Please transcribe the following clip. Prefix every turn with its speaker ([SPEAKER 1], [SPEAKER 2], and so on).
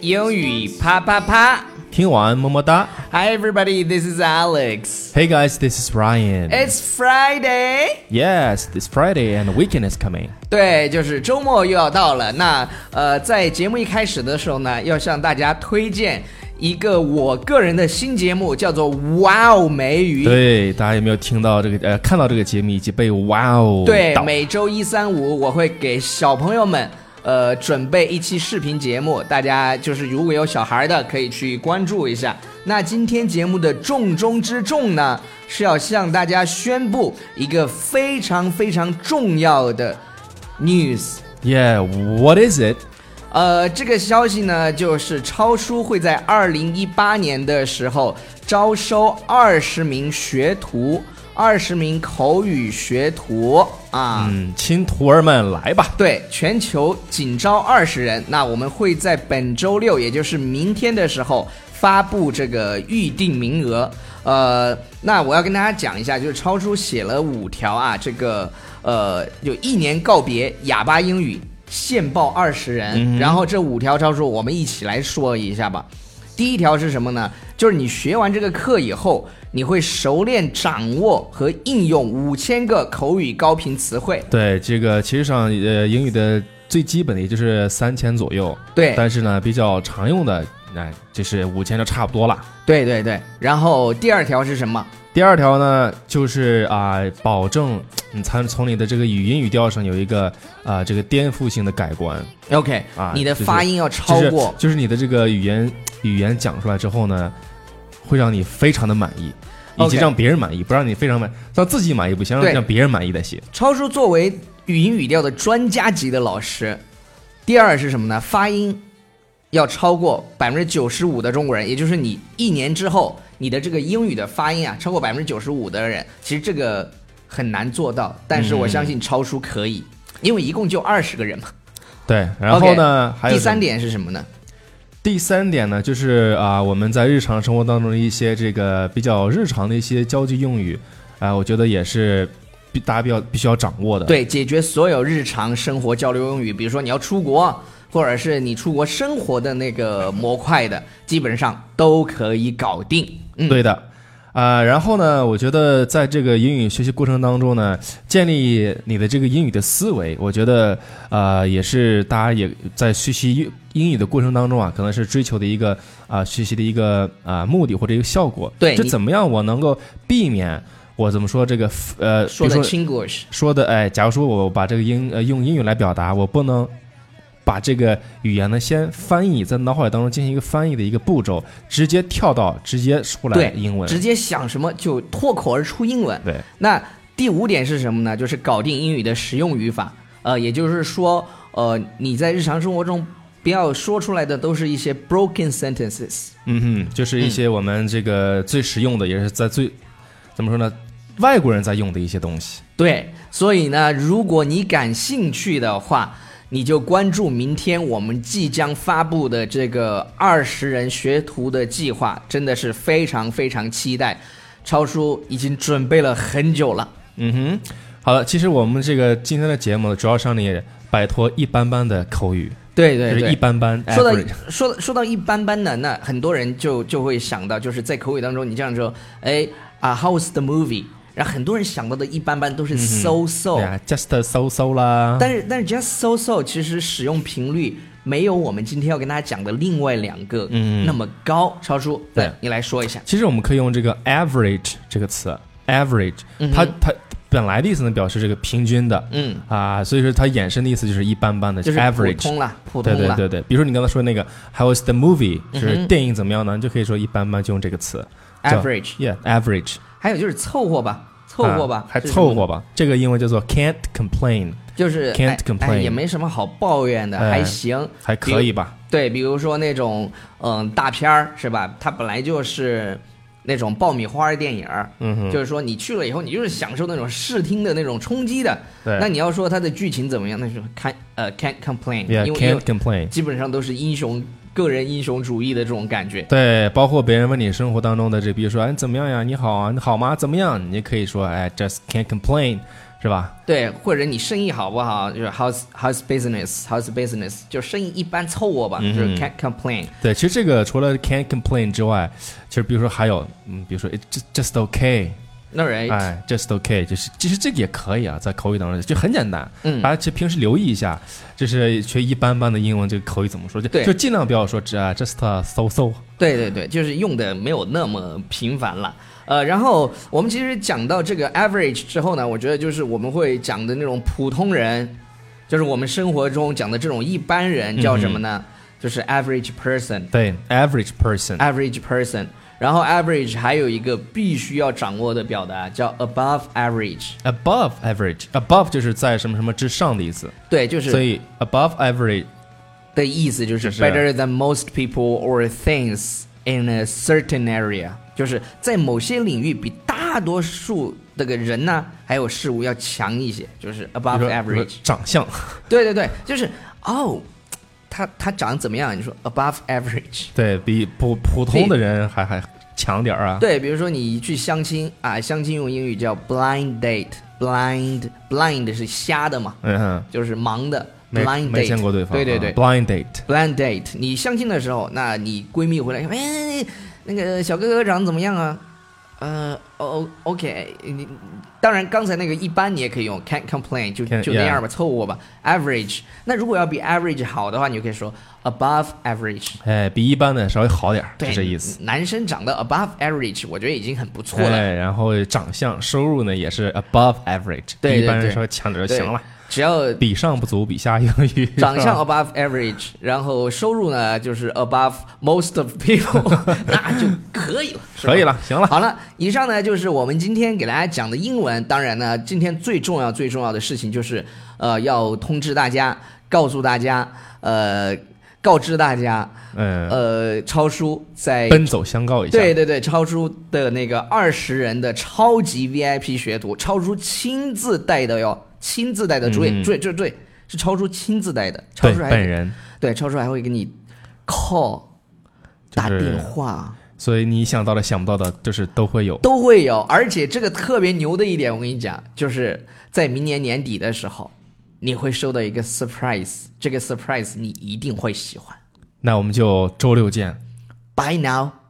[SPEAKER 1] 英语啪啪啪
[SPEAKER 2] 听完么么哒。
[SPEAKER 1] ！Hi everybody, this is Alex.
[SPEAKER 2] Hey guys, this is Ryan.
[SPEAKER 1] It's Friday.
[SPEAKER 2] yes, this Friday and the weekend is coming.
[SPEAKER 1] 对，就是周末又要到了。那呃，在节目一开始的时候呢，要向大家推荐一个我个人的新节目，叫做《哇哦美语》。
[SPEAKER 2] 对，大家有没有听到这个呃看到这个节目以及被哇哦
[SPEAKER 1] 对，
[SPEAKER 2] 到
[SPEAKER 1] 每周一、三、五我会给小朋友们呃准备一期视频节目，大家就是如果有小孩的可以去关注一下。那今天节目的重中之重呢，是要向大家宣布一个非常非常重要的 news。
[SPEAKER 2] Yeah, what is it?
[SPEAKER 1] 呃，这个消息呢，就是超叔会在二零一八年的时候招收二十名学徒，二十名口语学徒啊。
[SPEAKER 2] 嗯，亲徒儿们来吧。
[SPEAKER 1] 对，全球仅招二十人。那我们会在本周六，也就是明天的时候发布这个预定名额。呃，那我要跟大家讲一下，就是超叔写了五条啊，这个呃，有一年告别哑巴英语，现报二十人。然后这五条超叔，我们一起来说一下吧。第一条是什么呢？就是你学完这个课以后，你会熟练掌握和应用五千个口语高频词汇。
[SPEAKER 2] 对，这个其实上呃英语的最基本的也就是三千左右，
[SPEAKER 1] 对，
[SPEAKER 2] 但是呢比较常用的哎就是五千就差不多了。
[SPEAKER 1] 对对对，然后第二条是什么？
[SPEAKER 2] 第二条呢，就是啊、保证你才能从你的这个语音语调上有一个啊、这个颠覆性的改观，
[SPEAKER 1] OK，、
[SPEAKER 2] 啊
[SPEAKER 1] 你的
[SPEAKER 2] 就是
[SPEAKER 1] 发音要超
[SPEAKER 2] 就是
[SPEAKER 1] 过，
[SPEAKER 2] 就是你的这个语言语言讲出来之后呢，会让你非常的满意，以
[SPEAKER 1] OK
[SPEAKER 2] 及让别人满意，不让你非常满，让自己满意不行，
[SPEAKER 1] 对
[SPEAKER 2] 让让别人满意才行。
[SPEAKER 1] 超叔作为语音语调的专家级的老师，第二是什么呢？发音要超过百分之九十五的中国人，也就是你一年之后，你的这个英语的发音啊，超过百分之九十五的人，其实这个很难做到，但是
[SPEAKER 2] 嗯
[SPEAKER 1] 我相信超叔可以，因为一共就二十个人嘛。
[SPEAKER 2] 对，然后呢还有
[SPEAKER 1] 第
[SPEAKER 2] 什么
[SPEAKER 1] 三，点是什么呢？
[SPEAKER 2] 第三点呢，就是啊、我们在日常生活当中的一些这个比较日常的一些交际用语，啊、我觉得也是必大家必要必须要掌握的。
[SPEAKER 1] 对，解决所有日常生活交流用语，比如说你要出国，或者是你出国生活的那个模块的，基本上都可以搞定。嗯，
[SPEAKER 2] 对的，啊、然后呢，我觉得在这个英语学习过程当中呢，建立你的这个英语的思维，我觉得呃也是大家也在学习英英语的过程当中啊，可能是追求的一个啊、学习的一个啊、目的或者一个效果。
[SPEAKER 1] 对
[SPEAKER 2] 这
[SPEAKER 1] 你
[SPEAKER 2] 怎么样我能够避免我怎么说这个呃，比
[SPEAKER 1] 说
[SPEAKER 2] 如
[SPEAKER 1] 的
[SPEAKER 2] 说
[SPEAKER 1] Chinglish，
[SPEAKER 2] 说的哎，假如说我把这个英呃用英语来表达，我不能。把这个语言呢，先翻译，在脑海当中进行一个翻译的一个步骤，直接跳到直接出来
[SPEAKER 1] 对
[SPEAKER 2] 英文。
[SPEAKER 1] 直接想什么就脱口而出英文。
[SPEAKER 2] 对，
[SPEAKER 1] 那第五点是什么呢？就是搞定英语的实用语法。呃，也就是说，呃，你在日常生活中不要说出来的都是一些 broken sentences。
[SPEAKER 2] 嗯哼，就是一些我们这个最实用的，也是在最怎么说呢，外国人在用的一些东西。
[SPEAKER 1] 对，所以呢，如果你感兴趣的话，你就关注明天我们即将发布的这个二十人学徒的计划，真的是非常非常期待。超叔已经准备了很久了，
[SPEAKER 2] 嗯哼，好了，其实我们这个今天的节目呢，主要是让你摆脱一般般的口语，
[SPEAKER 1] 对
[SPEAKER 2] 就
[SPEAKER 1] 对
[SPEAKER 2] 是一
[SPEAKER 1] 对。
[SPEAKER 2] 般般。
[SPEAKER 1] 说到
[SPEAKER 2] average
[SPEAKER 1] 说到说到一般般的，那很多人就就会想到，就是在口语当中，你这样说，哎啊、h o w s the movie？然后很多人想到的一般般都是 so so，、
[SPEAKER 2] 对啊，just so so 啦。
[SPEAKER 1] 但是但是 just so so 其实使用频率没有我们今天要跟大家讲的另外两个
[SPEAKER 2] 嗯
[SPEAKER 1] 那么高。超叔，
[SPEAKER 2] 对
[SPEAKER 1] 来你来说一下。
[SPEAKER 2] 其实我们可以用这个 average 这个词，average，
[SPEAKER 1] 嗯哼
[SPEAKER 2] 它它本来的意思呢，表示这个平均的
[SPEAKER 1] 嗯，
[SPEAKER 2] 啊，所以说它衍生的意思就是一般般的
[SPEAKER 1] 就是普
[SPEAKER 2] average。
[SPEAKER 1] 通啦，普通
[SPEAKER 2] 对对
[SPEAKER 1] 啦。
[SPEAKER 2] 对对，比如说你刚才说那个 How is the movie？
[SPEAKER 1] 嗯
[SPEAKER 2] 就是
[SPEAKER 1] 哼
[SPEAKER 2] 电影怎么样呢？你就可以说一般般，就用这个词
[SPEAKER 1] Average
[SPEAKER 2] Yeah，average，
[SPEAKER 1] 还有就是凑合吧，凑合吧
[SPEAKER 2] 啊，还
[SPEAKER 1] 是
[SPEAKER 2] 凑
[SPEAKER 1] 什么，
[SPEAKER 2] 合吧。这个英文叫做 can't complain，
[SPEAKER 1] 就是哎
[SPEAKER 2] Can't
[SPEAKER 1] 哎
[SPEAKER 2] complain
[SPEAKER 1] 也没什么好抱怨的，
[SPEAKER 2] 哎
[SPEAKER 1] 还行。
[SPEAKER 2] 还可以吧？
[SPEAKER 1] 对，比如说那种嗯大片儿是吧？它本来就是那种爆米花电影儿，
[SPEAKER 2] 嗯哼，
[SPEAKER 1] 就是说你去了以后，你就是享受那种视听的那种冲击的。那
[SPEAKER 2] 对
[SPEAKER 1] 你要说它的剧情怎么样，那就 can't 呃 can't complain，因为因为
[SPEAKER 2] ，Yeah，can't complain。
[SPEAKER 1] 基本上都是英雄个人英雄主义的这种感觉。
[SPEAKER 2] 对，包括别人问你生活当中的这，比如说，哎，你怎么样呀？你好啊，你好吗？怎么样？你可以说，哎，just can't complain，是吧？
[SPEAKER 1] 对，或者你生意好不好？就是 how's how's business how's business，就生意一般凑合吧，就是
[SPEAKER 2] 嗯
[SPEAKER 1] can't complain。
[SPEAKER 2] 对，其实这个除了 can't complain 之外，其实比如说还有，嗯，比如说 it just just okay，
[SPEAKER 1] 那 right，
[SPEAKER 2] 哎，just okay，就是其实这个也可以啊，在口语当中就很简单，
[SPEAKER 1] 嗯
[SPEAKER 2] 大家其实平时留意一下，就是学一般般的英文，这个口语怎么说？就
[SPEAKER 1] 对
[SPEAKER 2] 就尽量不要说只啊 just uh, so so，
[SPEAKER 1] 对对对，就是用的没有那么频繁了。呃，然后我们其实讲到这个 average 之后呢，我觉得就是我们会讲的那种普通人，就是我们生活中讲的这种一般人叫什么
[SPEAKER 2] 嗯
[SPEAKER 1] 呢？就是 average person。
[SPEAKER 2] 对，average person，
[SPEAKER 1] average person，然后 average 还有一个必须要掌握的表达叫 above average，
[SPEAKER 2] Above average, above 就是在什么什么之上的意思，
[SPEAKER 1] 对，就
[SPEAKER 2] 所
[SPEAKER 1] 是
[SPEAKER 2] 以 above average
[SPEAKER 1] 的意思就是
[SPEAKER 2] 就是
[SPEAKER 1] better than most people or things in a certain area，就是在某些领域比大多数那个人呢还有事物要强一些，就是 above
[SPEAKER 2] 比如说
[SPEAKER 1] average，
[SPEAKER 2] 长相，
[SPEAKER 1] 对对对，就是哦，他他长得怎么样？你说 above average。
[SPEAKER 2] 对比普普通的人还还强点儿啊。
[SPEAKER 1] 对，比如说你去相亲啊，相亲用英语叫 blind date，blind blind 是瞎的嘛，
[SPEAKER 2] 嗯哼，
[SPEAKER 1] 就是盲的
[SPEAKER 2] 没
[SPEAKER 1] blind date，
[SPEAKER 2] 没见过对方啊，
[SPEAKER 1] 对对对、
[SPEAKER 2] ，blind date，
[SPEAKER 1] b l i n d date。你相亲的时候，那你闺蜜回来，哎，那个小哥哥长得怎么样啊？呃，哦，OK，你当然刚才那个一般你也可以用，can't complain，就
[SPEAKER 2] Can't-
[SPEAKER 1] 就那样吧凑合吧。Average，那如果要比 average 好的话，你就可以说 above average。
[SPEAKER 2] 哎，比一般的稍微好点儿，
[SPEAKER 1] 对，
[SPEAKER 2] 是这意思。。
[SPEAKER 1] 男生长得 above average，我觉得已经很不错了。
[SPEAKER 2] 哎，然后长相、收入呢也是 above average，
[SPEAKER 1] 对对
[SPEAKER 2] 比一般
[SPEAKER 1] 对
[SPEAKER 2] 人稍微强点儿就
[SPEAKER 1] 对
[SPEAKER 2] 行了。
[SPEAKER 1] 只 要
[SPEAKER 2] 比上不足，比下有余。是吧
[SPEAKER 1] 长 相 above average，然后收入呢就是 above most of people，那就可以了，是吧
[SPEAKER 2] 可以。了，行 了。
[SPEAKER 1] 好了，以上呢就是我们今天给大家讲的英文。当然呢，今天最重要最重要的事情就是，呃，要通知大家，告诉大家，呃，告知大家，
[SPEAKER 2] 嗯，
[SPEAKER 1] 呃，超叔在
[SPEAKER 2] 奔走相告一下。
[SPEAKER 1] 哎对对对，超叔的那个二十人的超级 VIP 学徒，超叔亲自带的哟，亲自带的，注意
[SPEAKER 2] 嗯
[SPEAKER 1] 注意注意注意，是超叔亲自带的，超
[SPEAKER 2] 对，
[SPEAKER 1] 叔还
[SPEAKER 2] 本人。
[SPEAKER 1] 对，超叔还会给你 call
[SPEAKER 2] 就
[SPEAKER 1] 打
[SPEAKER 2] 是
[SPEAKER 1] 电话
[SPEAKER 2] 所以你想到的、想不到的，就是都会有。
[SPEAKER 1] 都会有，而且这个特别牛的一点，我跟你讲，就是在明年年底的时候，你会收到一个 surprise，这个 surprise 你一定会喜欢。
[SPEAKER 2] 那我们就周六见。
[SPEAKER 1] Bye now。